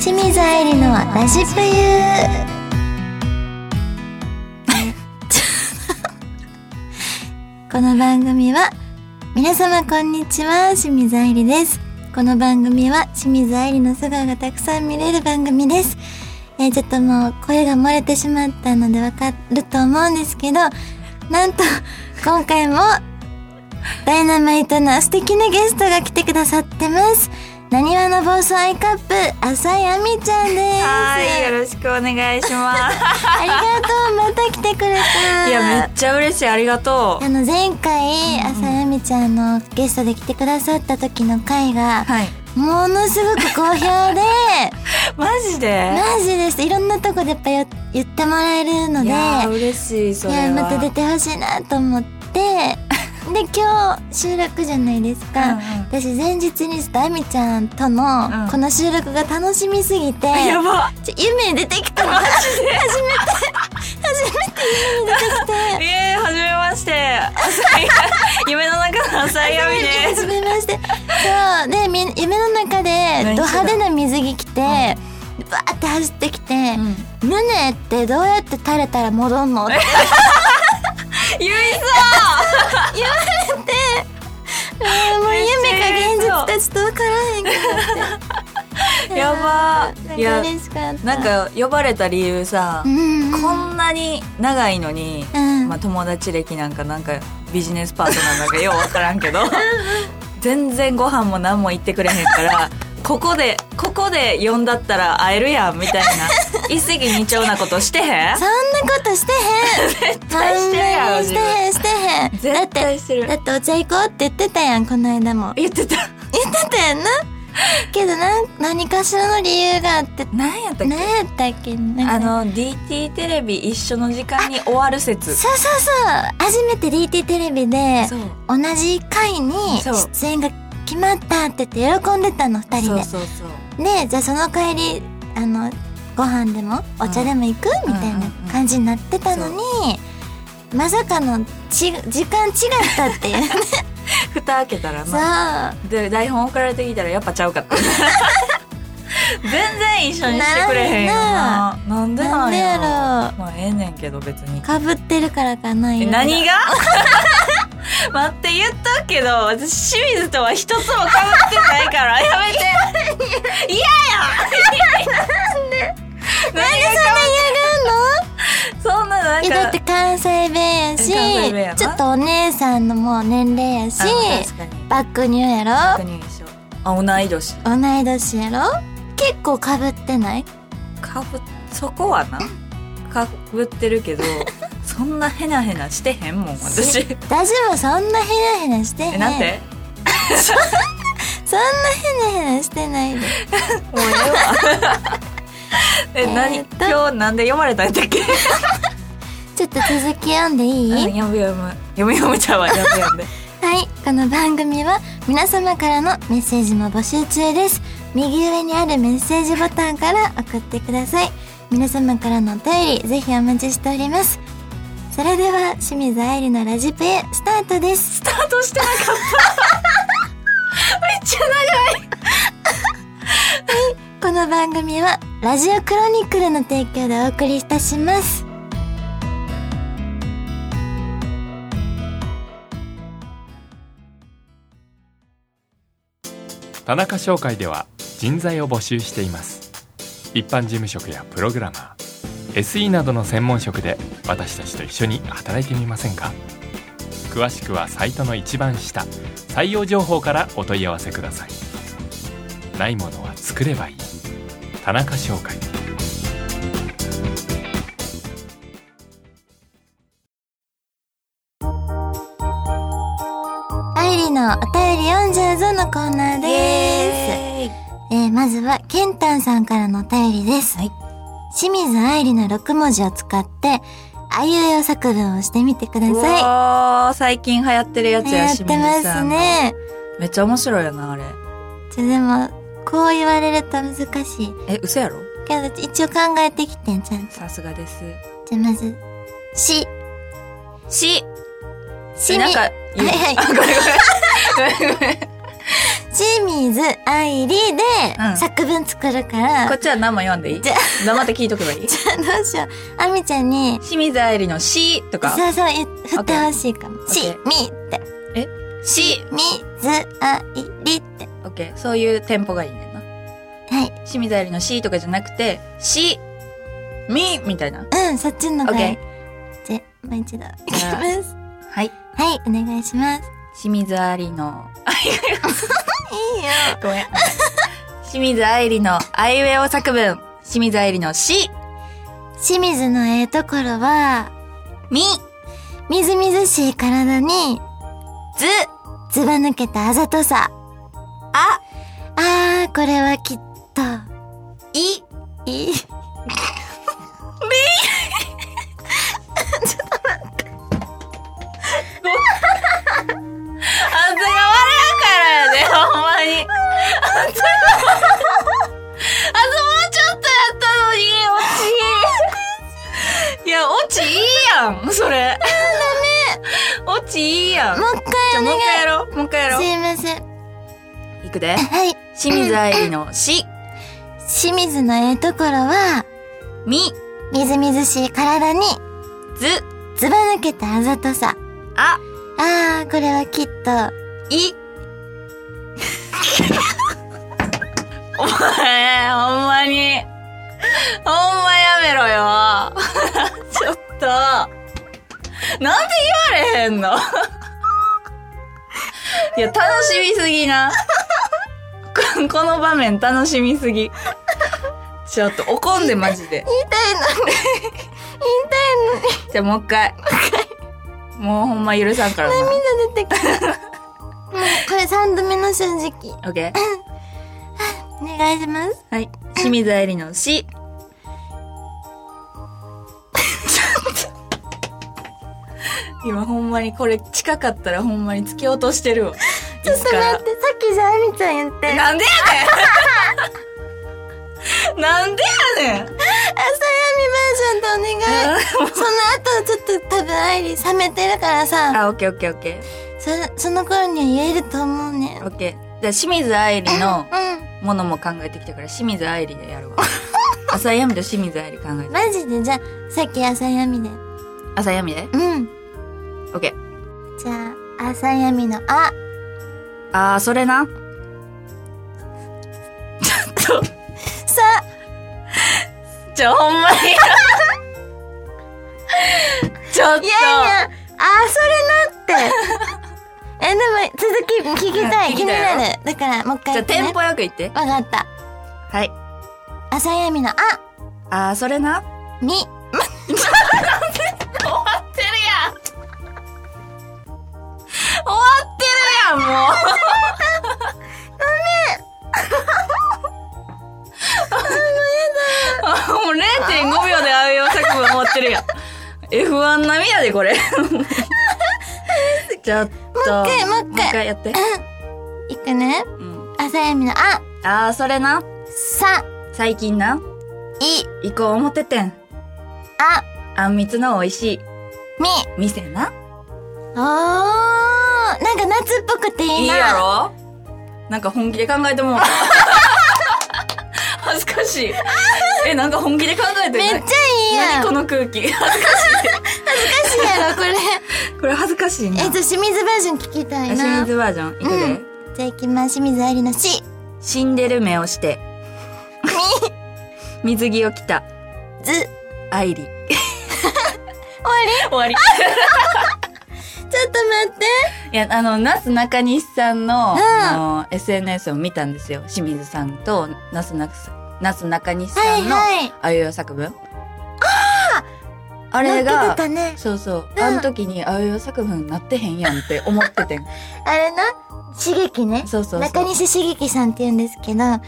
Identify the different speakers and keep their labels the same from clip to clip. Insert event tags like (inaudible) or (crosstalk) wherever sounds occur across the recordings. Speaker 1: 清水愛理の私ぷゆーこの番組は皆様こんにちは清水愛理ですこの番組は清水愛理の素顔がたくさん見れる番組ですえーちょっともう声が漏れてしまったのでわかると思うんですけどなんと今回もダイナマイトな素敵なゲストが来てくださってます。なにわの暴走アイカップ、浅井亜美ちゃんです。
Speaker 2: はい、よろしくお願いします。
Speaker 1: ありがとう、また来てくれた。
Speaker 2: (laughs) いや、めっちゃ嬉しい、ありがと
Speaker 1: あの前回、浅井亜美ちゃんのゲストで来てくださった時の回が
Speaker 2: う。、はい。
Speaker 1: ものすごく好評
Speaker 2: (laughs)
Speaker 1: で、
Speaker 2: マジで。
Speaker 1: マジです。いろんなとこでやっぱよ言ってもらえるの
Speaker 2: い
Speaker 1: で、
Speaker 2: やー、嬉しい、そ
Speaker 1: い
Speaker 2: れは。
Speaker 1: やまた出てほしいなと
Speaker 2: (laughs)
Speaker 1: 思ってで今日収録じゃないですか、
Speaker 2: うんうん
Speaker 1: 私前日にちょっとあみちゃんとの
Speaker 2: うん
Speaker 1: この収録が楽しみすぎて、
Speaker 2: やば。
Speaker 1: ちょ夢に出てきたの初めて初めて夢に出てきて
Speaker 2: ええー、はじめまして。 (laughs) 浅井夢の中の浅井亜美で
Speaker 1: 初
Speaker 2: す。
Speaker 1: めましてそうでみん夢の中で
Speaker 2: 何
Speaker 1: ド
Speaker 2: してた
Speaker 1: 派手な水着着て、バーって走ってきて、胸ってどうやって垂れたら戻んのって
Speaker 2: ゆい
Speaker 1: 言われて、えーもう夢か現実かちょっと分からへんけ
Speaker 2: さ
Speaker 1: ど (laughs)
Speaker 2: ん。やば
Speaker 1: な。ん
Speaker 2: い
Speaker 1: か
Speaker 2: や、
Speaker 1: 嬉しかった
Speaker 2: なんか呼ばれた理由さ
Speaker 1: う。ん
Speaker 2: こんなに長いのに、
Speaker 1: うん
Speaker 2: まあ、友達歴なんかなんかビジネスパートナーなんかようわからんけど
Speaker 1: (laughs)
Speaker 2: 全然ご飯も何も言ってくれへんからここでここで呼んだったら会えるやんみ
Speaker 1: (laughs)
Speaker 2: たいな一石二鳥なことしてへん
Speaker 1: そんなことしてへん (laughs) 絶
Speaker 2: 対してるやろ
Speaker 1: してへんしてへんだっ
Speaker 2: 絶
Speaker 1: て
Speaker 2: 対してる
Speaker 1: だってお茶行こうって言ってたやんこの間も
Speaker 2: 言って
Speaker 1: (laughs)
Speaker 2: た
Speaker 1: 言ってたやんなけどなん何かしらの理由があって
Speaker 2: 何やったっけ
Speaker 1: 何やったっけな
Speaker 2: あ
Speaker 1: んか
Speaker 2: の DT テレビ一緒の時間に終わる説
Speaker 1: そうそうそう初めて DT テレビで
Speaker 2: そう
Speaker 1: 同じ回に
Speaker 2: そう
Speaker 1: 出演が決まったって言って喜んでたの2人
Speaker 2: そう
Speaker 1: で
Speaker 2: そうそう
Speaker 1: でじゃあその帰りあのご飯でもお茶でも行く、
Speaker 2: うん
Speaker 1: みたいな感じになってたのに、まさかのち時間違ったっていうね
Speaker 2: 蓋開けたら、
Speaker 1: そ
Speaker 2: (laughs) まあ、
Speaker 1: う
Speaker 2: で台本送られてきたらやっぱちゃうかった (laughs) 全然一緒にしてくれへんよななんで
Speaker 1: な
Speaker 2: なんん
Speaker 1: で
Speaker 2: や
Speaker 1: や
Speaker 2: ろ
Speaker 1: ろ
Speaker 2: まあええねんけど別に
Speaker 1: う。かぶってるからかな
Speaker 2: え
Speaker 1: い
Speaker 2: 何が (laughs) 待って言ったけど私清水とは一つも被ってない (laughs) からやめて嫌や
Speaker 1: そんな
Speaker 2: なんでそんなな
Speaker 1: 嫌がんの
Speaker 2: ん
Speaker 1: いやだ
Speaker 2: か
Speaker 1: って関西弁やし
Speaker 2: 関西弁やな
Speaker 1: ちょっとお姉さんのもう年齢やし
Speaker 2: あ確かに
Speaker 1: バックニューやろ
Speaker 2: 確認しようあ同い年
Speaker 1: 同い年やろ結構かぶってない
Speaker 2: かぶそこはなかぶってる (laughs) けどそんなヘナヘナしてへんもん私
Speaker 1: し私もそんなヘラヘラしてへ
Speaker 2: えなんて
Speaker 1: そんなヘラヘラしてないで
Speaker 2: もうええわ (laughs) え何
Speaker 1: えーっと
Speaker 2: 今日なんで読まれたんだっけ
Speaker 1: ちょっと続き読んでいい、
Speaker 2: (laughs) うん (laughs) 読む読む読む読むちゃうわ読む読んで
Speaker 1: はい、この番組は皆様からのメッセージも募集中です。右上にあるメッセージボタンから送ってください。皆様からのお便り、ぜひお待ちしております。それでは、清水愛理のラジプエ、スタートです。
Speaker 2: スタートしてなかっためっちゃ長い
Speaker 1: この番組は、ラジオクロニクルの提供でお送りいたします。
Speaker 3: 田中商会では人材を募集しています一般事務職やプログラマー SE などの専門職で私たちと一緒に働いてみませんか詳しくはサイトの一番下採用情報からお問い合わせくださいないものは作ればいい田中商会
Speaker 1: 愛理のお便り読んじゃうぞのコーナー (laughs) です。えーまずは、ケンタンさんからのお便りです。
Speaker 2: はい
Speaker 1: 清水愛理の6文字を使って、あいうえお作文をしてみてくだ
Speaker 2: う
Speaker 1: さ
Speaker 2: わー最近流行ってるや
Speaker 1: い。
Speaker 2: つ
Speaker 1: 流
Speaker 2: や
Speaker 1: 行ってますね。
Speaker 2: 清水さんめっちゃ面白いよなあれ
Speaker 1: ちょ、でも、こう言われると難しい。
Speaker 2: え嘘やろ
Speaker 1: けど、一応考えてきてん、ちゃんと。
Speaker 2: さすがです
Speaker 1: じゃ、まず、し、
Speaker 2: し
Speaker 1: しみ、
Speaker 2: なんか
Speaker 1: はいはい
Speaker 2: あごめんごめんごめんごめん
Speaker 1: (laughs) 清水ズアイリーで
Speaker 2: うん
Speaker 1: 作文作るから、
Speaker 2: こっちは何も読んでいい
Speaker 1: じゃ
Speaker 2: 黙って聞いとけばい
Speaker 1: ど
Speaker 2: い
Speaker 1: うしようあみちゃんに
Speaker 2: 清水愛理の「し」とか
Speaker 1: そうそう言っ振ってほしいかも
Speaker 2: オッケ
Speaker 1: し
Speaker 2: ー
Speaker 1: みって
Speaker 2: 「し
Speaker 1: みずあいりって」
Speaker 2: オッケーそういうテンポがいいねんな
Speaker 1: はい
Speaker 2: 清水愛理の「し」とかじゃなくて「し」「み」みたいな
Speaker 1: うんそっちの方がいいじゃあもう一
Speaker 2: (laughs)
Speaker 1: 度いきます
Speaker 2: はい
Speaker 1: はいお願いします
Speaker 2: 清水愛理の
Speaker 1: いいよ
Speaker 2: ごめん清水愛理の「あいうえお作文」清水愛理の「し
Speaker 1: 清水のええところは」
Speaker 2: 「み」
Speaker 1: みずみずしい体に
Speaker 2: 「ず」
Speaker 1: ずば抜けたあざとさ
Speaker 2: 「あ
Speaker 1: あーこれはきっと」
Speaker 2: 「い」
Speaker 1: いい
Speaker 2: あんたが悪いからやで、ほんまに。あんたが、あともうちょっとやったのに、オチ。いや、オチいいやん、それ。ダメ。オチいいやん。
Speaker 1: もう一
Speaker 2: じゃ
Speaker 1: 回
Speaker 2: あ
Speaker 1: お
Speaker 2: も
Speaker 1: 願
Speaker 2: う一
Speaker 1: い
Speaker 2: 回やろう。もう一回やろ
Speaker 1: すいません
Speaker 2: う。いくで。
Speaker 1: はい
Speaker 2: 清水愛理のし、
Speaker 1: 清水のええところは
Speaker 2: み、
Speaker 1: みずみずしい体に
Speaker 2: ず、
Speaker 1: ずば抜けたあざとさ
Speaker 2: あ、
Speaker 1: あーこれはきっと
Speaker 2: い。 (laughs) お前、ほんまに。ほんまやめろよ。 (laughs) ちょっと。なんで言われへんの (laughs) いや、楽しみすぎな。 (laughs) ここの場面楽しみすぎ。ちょっと怒んで、マジで。
Speaker 1: 言いたいのに言いたいのに
Speaker 2: じゃあ (laughs) もう一回。もうほんま許さんからな。
Speaker 1: 涙出てきたもうこれ三度目の正直
Speaker 2: オッケー。
Speaker 1: お願いします
Speaker 2: はい。清水愛理のし。今ほんまにこれ近かったらほんまに突き落としてるわ。
Speaker 1: ちょっと
Speaker 2: いつから
Speaker 1: 待ってさっきじゃあみちゃん言って
Speaker 2: なんでやね (laughs) んなんでやねん
Speaker 1: 朝闇バージョンとお願いその後ちょっと多分アイリー冷めてるからさ
Speaker 2: あ、オッケーオッケーオッケ
Speaker 1: そその頃には言えると思うねん
Speaker 2: ー。オッケー。じゃあ清水愛理の
Speaker 1: う
Speaker 2: ものも考えてきたから清水愛理で (laughs) やるわ。朝闇と清水愛理考え
Speaker 1: ん
Speaker 2: て。
Speaker 1: マジでじゃあさっき朝闇で
Speaker 2: 朝闇で
Speaker 1: うん
Speaker 2: オッケー。
Speaker 1: じゃあ朝闇のあ
Speaker 2: あー、それな。ちょっと。
Speaker 1: さ
Speaker 2: ちょ、ほんまに。ちょっと。
Speaker 1: いやいやあそれなって
Speaker 2: (laughs)
Speaker 1: えでも続き聞きたい
Speaker 2: うん聞
Speaker 1: 気
Speaker 2: き
Speaker 1: に
Speaker 2: たいよ
Speaker 1: なるだからもう一回
Speaker 2: じ
Speaker 1: 言って
Speaker 2: ゃあ、
Speaker 1: ね
Speaker 2: テンポよく言って。
Speaker 1: わかった
Speaker 2: はい。
Speaker 1: 朝闇のあ
Speaker 2: あー、それな。
Speaker 1: み
Speaker 2: 終わってるやん。終わってるやん、もう。ごめん。もう0.5秒であいうえお作文終わってるやん。F1 並みやで、こ (laughs) れ。ちょっと。もう
Speaker 1: 一回もう一回
Speaker 2: もう一回やって。
Speaker 1: いくね
Speaker 2: うん。
Speaker 1: 朝闇のあ
Speaker 2: あー、それな。
Speaker 1: さ
Speaker 2: 最近な、
Speaker 1: い
Speaker 2: 行こう思っててん。
Speaker 1: あ
Speaker 2: あんみつの美味しい
Speaker 1: み
Speaker 2: 店な。
Speaker 1: おーなんか夏っぽくていいない
Speaker 2: いやろなんか本気で考えてもうた恥ずか
Speaker 1: (laughs)
Speaker 2: しい。え、なんか本気で考えて
Speaker 1: めっちゃ
Speaker 2: ない
Speaker 1: いいやん
Speaker 2: 何この空気。 (laughs) 恥ずか
Speaker 1: しいやろこれ
Speaker 2: (laughs) これ恥ずかしいな。
Speaker 1: えっと清水バージョン聞きたいな
Speaker 2: 清
Speaker 1: じゃ
Speaker 2: 水バージョン、いくで。
Speaker 1: うんあ行きます清水ありのし
Speaker 2: 死んでる目
Speaker 1: (laughs)
Speaker 2: をして、水着を着た、
Speaker 1: みず
Speaker 2: 愛理。終わり終わり。
Speaker 1: ちょっと待って
Speaker 2: いや、あの、なすなかにしさんの、
Speaker 1: うん
Speaker 2: あの SNS を見たんですよ。清水さんと、なすなか、なすなかにしさ
Speaker 1: はい
Speaker 2: んの、
Speaker 1: はい
Speaker 2: あゆえお作文。あああれ
Speaker 1: な
Speaker 2: が
Speaker 1: って、たね
Speaker 2: そうそう、
Speaker 1: うん
Speaker 2: あの時にあゆえお作文なってへんやんって思っ
Speaker 1: (laughs)
Speaker 2: ててん。
Speaker 1: あれな刺激ね
Speaker 2: そうそうそう。
Speaker 1: 中西茂樹さんって言うんですけど、なんて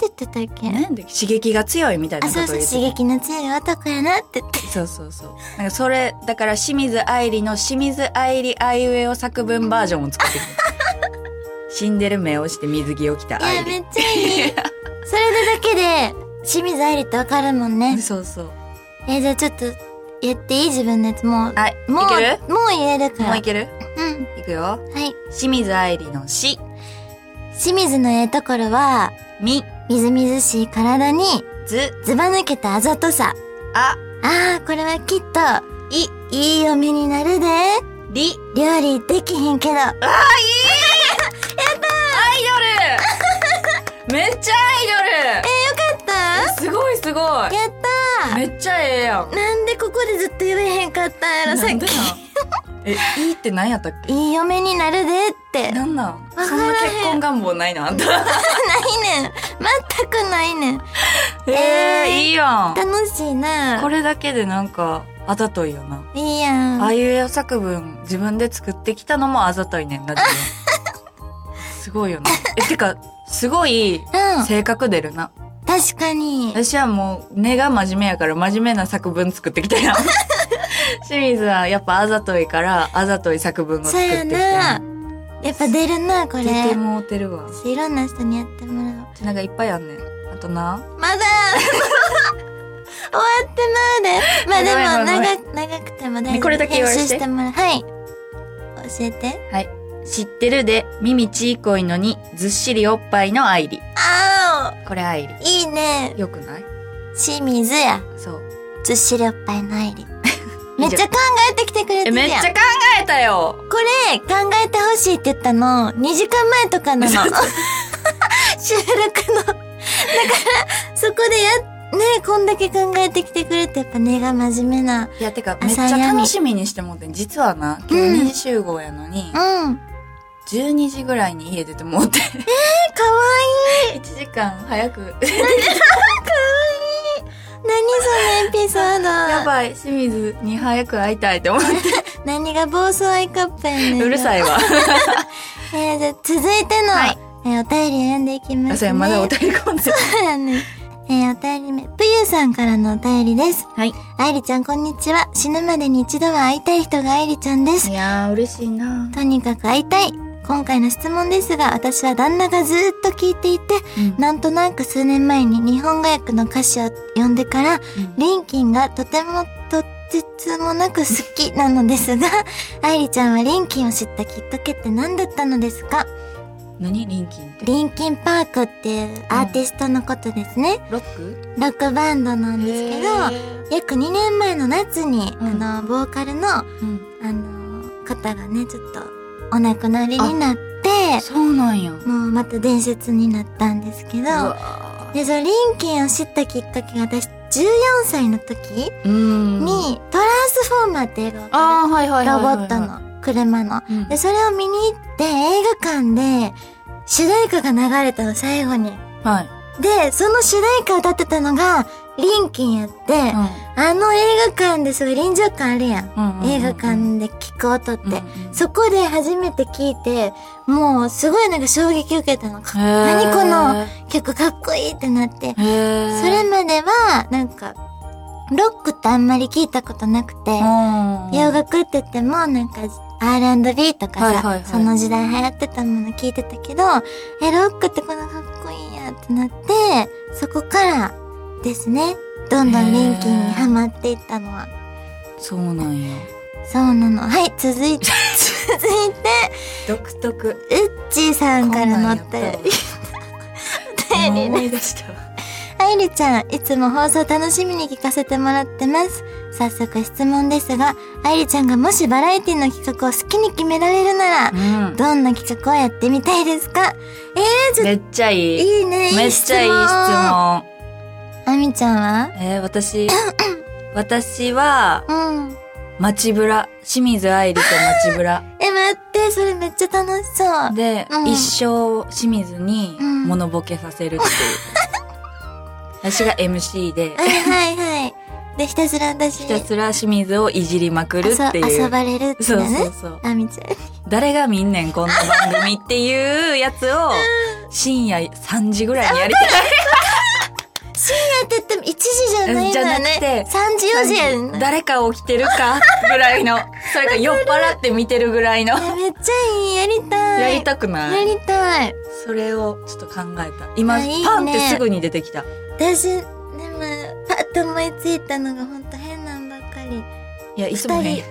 Speaker 1: 言ってたっけ、
Speaker 2: なんで刺激が強いみたいな
Speaker 1: あ、
Speaker 2: こと
Speaker 1: そ
Speaker 2: を
Speaker 1: うそう、
Speaker 2: 言って
Speaker 1: 刺激の強い男やなって言って。
Speaker 2: そうそうそう。なんかそれ、だから清水愛理の清水愛理あいうえお作文バージョンを
Speaker 1: (laughs)
Speaker 2: 作ってる。死んでる目をして水着を着た
Speaker 1: い
Speaker 2: 愛
Speaker 1: や、め
Speaker 2: 理。
Speaker 1: っちゃいい。それでだけで、清水愛理ってわかるもんね。
Speaker 2: (laughs) そうそう。
Speaker 1: え、じゃあちょっと、言っていい自分のやつもう、
Speaker 2: はい、
Speaker 1: も
Speaker 2: いける
Speaker 1: う、もう言えるか
Speaker 2: も
Speaker 1: ら。
Speaker 2: ういける
Speaker 1: うん。
Speaker 2: いくよ。
Speaker 1: はい。
Speaker 2: 清水愛理のし。
Speaker 1: 清水のええところは、
Speaker 2: み
Speaker 1: みずみずしい体に、
Speaker 2: ず
Speaker 1: ずば抜けたあざとさ。
Speaker 2: あ
Speaker 1: ああ、これはきっと、い、いい嫁になるで。
Speaker 2: り
Speaker 1: 料理できひんけど、
Speaker 2: アイドルめっちゃアイ
Speaker 1: やった
Speaker 2: ドルすごいすごい
Speaker 1: やった
Speaker 2: めっちゃええやん
Speaker 1: なんでここでずっと言えへんかったんやろ、さ
Speaker 2: なん
Speaker 1: っ
Speaker 2: で
Speaker 1: き。
Speaker 2: なんえ、いいって何やったっけ
Speaker 1: いい嫁になるでって。ない
Speaker 2: なんなん
Speaker 1: からへん
Speaker 2: そんな結婚願望ないなあんた
Speaker 1: ねん。全くないねん。
Speaker 2: えー、いいやん
Speaker 1: 楽しいな
Speaker 2: これだけでなんかあざといよない
Speaker 1: いやん。
Speaker 2: ああいう絵作文自分で作ってきたのもあざといねんな自分すごいよなえてかすごい
Speaker 1: うん。
Speaker 2: 性格出るな
Speaker 1: 確かに。
Speaker 2: 私はもう根が真面目やから真面目な作文作ってき (laughs) たやん清水はやっぱあざといからあざとい作文を
Speaker 1: そ
Speaker 2: 作っ
Speaker 1: う
Speaker 2: て
Speaker 1: や
Speaker 2: き
Speaker 1: な
Speaker 2: たやん。
Speaker 1: やっぱ出るな、これ。
Speaker 2: 出てもうてるわ
Speaker 1: いろんな人にやってもらお
Speaker 2: なんかいっぱいあんねんあとな
Speaker 1: う。まだ終わってまうで。まあ
Speaker 2: ごめんごめ
Speaker 1: でも長、長くても大丈
Speaker 2: ね
Speaker 1: 夫。
Speaker 2: これだけ言わせて
Speaker 1: 編集してもらう。はい。教えて。
Speaker 2: 知ってるで耳ちいこいのにずっしりおっぱいの愛理
Speaker 1: あ
Speaker 2: これ愛理
Speaker 1: おいいね。
Speaker 2: よくない
Speaker 1: 清水や。
Speaker 2: そう
Speaker 1: ずっしりおっぱいの愛理。めっちゃ考えてきてくれて
Speaker 2: え
Speaker 1: る
Speaker 2: めっ
Speaker 1: やん。
Speaker 2: ちゃ考えたよ
Speaker 1: これ、考えてほしいって言ったの、2時間前とかなの。収録 (laughs) の。だから、そこでや、ねこんだけ考えてきてくれて、やっぱ根が真面目な。
Speaker 2: いやてかめっち
Speaker 1: 朝闇
Speaker 2: ゃ楽しみにしてもってん実はな今
Speaker 1: うん
Speaker 2: 日2時集合やのに、
Speaker 1: うん。
Speaker 2: 12時ぐらいに家出てもう (laughs) て
Speaker 1: え、かわ
Speaker 2: 1時間早く
Speaker 1: いい。何そのエピソード。
Speaker 2: やばい清水に早く会いたいって思って
Speaker 1: (laughs) 何が暴走アイカップやねん。
Speaker 2: うるさ
Speaker 1: い。(laughs)
Speaker 2: いわ
Speaker 1: えー、じゃあ続いての、
Speaker 2: はい
Speaker 1: えーお便り読んでいきます、
Speaker 2: そ
Speaker 1: ね。
Speaker 2: れまだお便り込んでる
Speaker 1: そうやね。えー、お便り目、ぷゆさんからのお便りです。
Speaker 2: はい
Speaker 1: 愛理ちゃんこんにちは。死ぬまでに一度は会いたい人が愛理ちゃんです。
Speaker 2: いやー嬉しいな
Speaker 1: とにかく会いたい。今回の質問ですが、私は旦那がずーっと聞いていて、
Speaker 2: うん
Speaker 1: なんとなく数年前に日本語訳の歌詞を読んでから、リンキンがとてもとてつもなく好きなのです
Speaker 2: (laughs)
Speaker 1: が、愛理ちゃんはリンキンを知ったきっかけって何だったのですか
Speaker 2: 何リンキンって
Speaker 1: リンキンパークっていうアーティストのことですね。
Speaker 2: ロック
Speaker 1: ロックバンドなんですけど、約2年前の夏に、
Speaker 2: うん
Speaker 1: あの、ボーカルの、あ
Speaker 2: うん、
Speaker 1: の、方がね、ちょっとお亡くなりになって、
Speaker 2: そうなんやう
Speaker 1: もうまた伝説になったんですけど、
Speaker 2: わ
Speaker 1: で、そのリンキンを知ったきっかけが私、14歳の時に、
Speaker 2: ーうん
Speaker 1: トランスフォーマーって映画を
Speaker 2: ああはいはいはい
Speaker 1: ロボ
Speaker 2: はい、はい、
Speaker 1: ットの、車の。
Speaker 2: うん
Speaker 1: で、それを見に行って映画館で、主題歌が流れたの、最後に。
Speaker 2: はい、
Speaker 1: で、その主題歌を歌ってたのが、リンキンやって、あの映画館ですごい臨場感あるやん。
Speaker 2: うんうんうんうん
Speaker 1: 映画館で聞く音っ
Speaker 2: うん
Speaker 1: て。そこで初めて聞いて、もうすごいなんか衝撃受けたの。か何この曲かっこいいってなって。
Speaker 2: へー
Speaker 1: それまでは、なんか、ロックってあんまり聞いたことなくて、
Speaker 2: うん
Speaker 1: 洋楽って言ってもなんか R&B とかさ、
Speaker 2: はいはいはい
Speaker 1: その時代流行ってたもの聞いてたけど、え、ロックってこんなかっこいいんやってなって、そこからですね、どんどんリンキンにハマっていったのは。
Speaker 2: そうなんや
Speaker 1: そうなの。はい、続いて、続い
Speaker 2: (laughs)
Speaker 1: て、
Speaker 2: 独特
Speaker 1: うっちーさんからのお便り。
Speaker 2: (laughs)
Speaker 1: お便りね
Speaker 2: い出したわ
Speaker 1: あいりちゃん、いつも放送楽しみに聞かせてもらってます。早速質問ですが、あいりちゃんがもしバラエティの企画を好きに決められるなら、 (laughs)
Speaker 2: うん
Speaker 1: どんな企画をやってみたいですかえー、ちょっ
Speaker 2: めっちゃ
Speaker 1: と、
Speaker 2: いい
Speaker 1: いいね、
Speaker 2: め
Speaker 1: い
Speaker 2: っ
Speaker 1: い
Speaker 2: ちゃいい質問
Speaker 1: あみちゃんは
Speaker 2: えー、私私は
Speaker 1: うん。
Speaker 2: 街ブラ清水愛理と街ブラ
Speaker 1: え、待って、それめっちゃ楽しそう。
Speaker 2: で、
Speaker 1: うん
Speaker 2: 一生清水に
Speaker 1: うん
Speaker 2: モノボケさせるっていう、私が MC で
Speaker 1: はいはいはい。で、ひたすら私
Speaker 2: (laughs) ひたすら清水をいじりまくるっていう
Speaker 1: 遊遊ばれるってい
Speaker 2: そうう
Speaker 1: ね。
Speaker 2: そうそう
Speaker 1: あみちゃん。
Speaker 2: 誰が見んねん、こんな番組っていうやつを、深夜3時ぐらいにやりた
Speaker 1: って言っても1時じゃないんだよね。
Speaker 2: じゃなくて
Speaker 1: 3時4時やん
Speaker 2: い。
Speaker 1: な。
Speaker 2: 誰か起きてるかぐらいの、それか酔っ払って見てるぐらいの、
Speaker 1: えめっちゃいい。やりたい。
Speaker 2: やりたくな
Speaker 1: や
Speaker 2: い
Speaker 1: りたい。
Speaker 2: それをちょっと考えた。今、
Speaker 1: あいいね
Speaker 2: パンってすぐに出てきた。
Speaker 1: 私、でも、パッと思いついたのがほんと変なんばっかり。
Speaker 2: いや、いつも変や。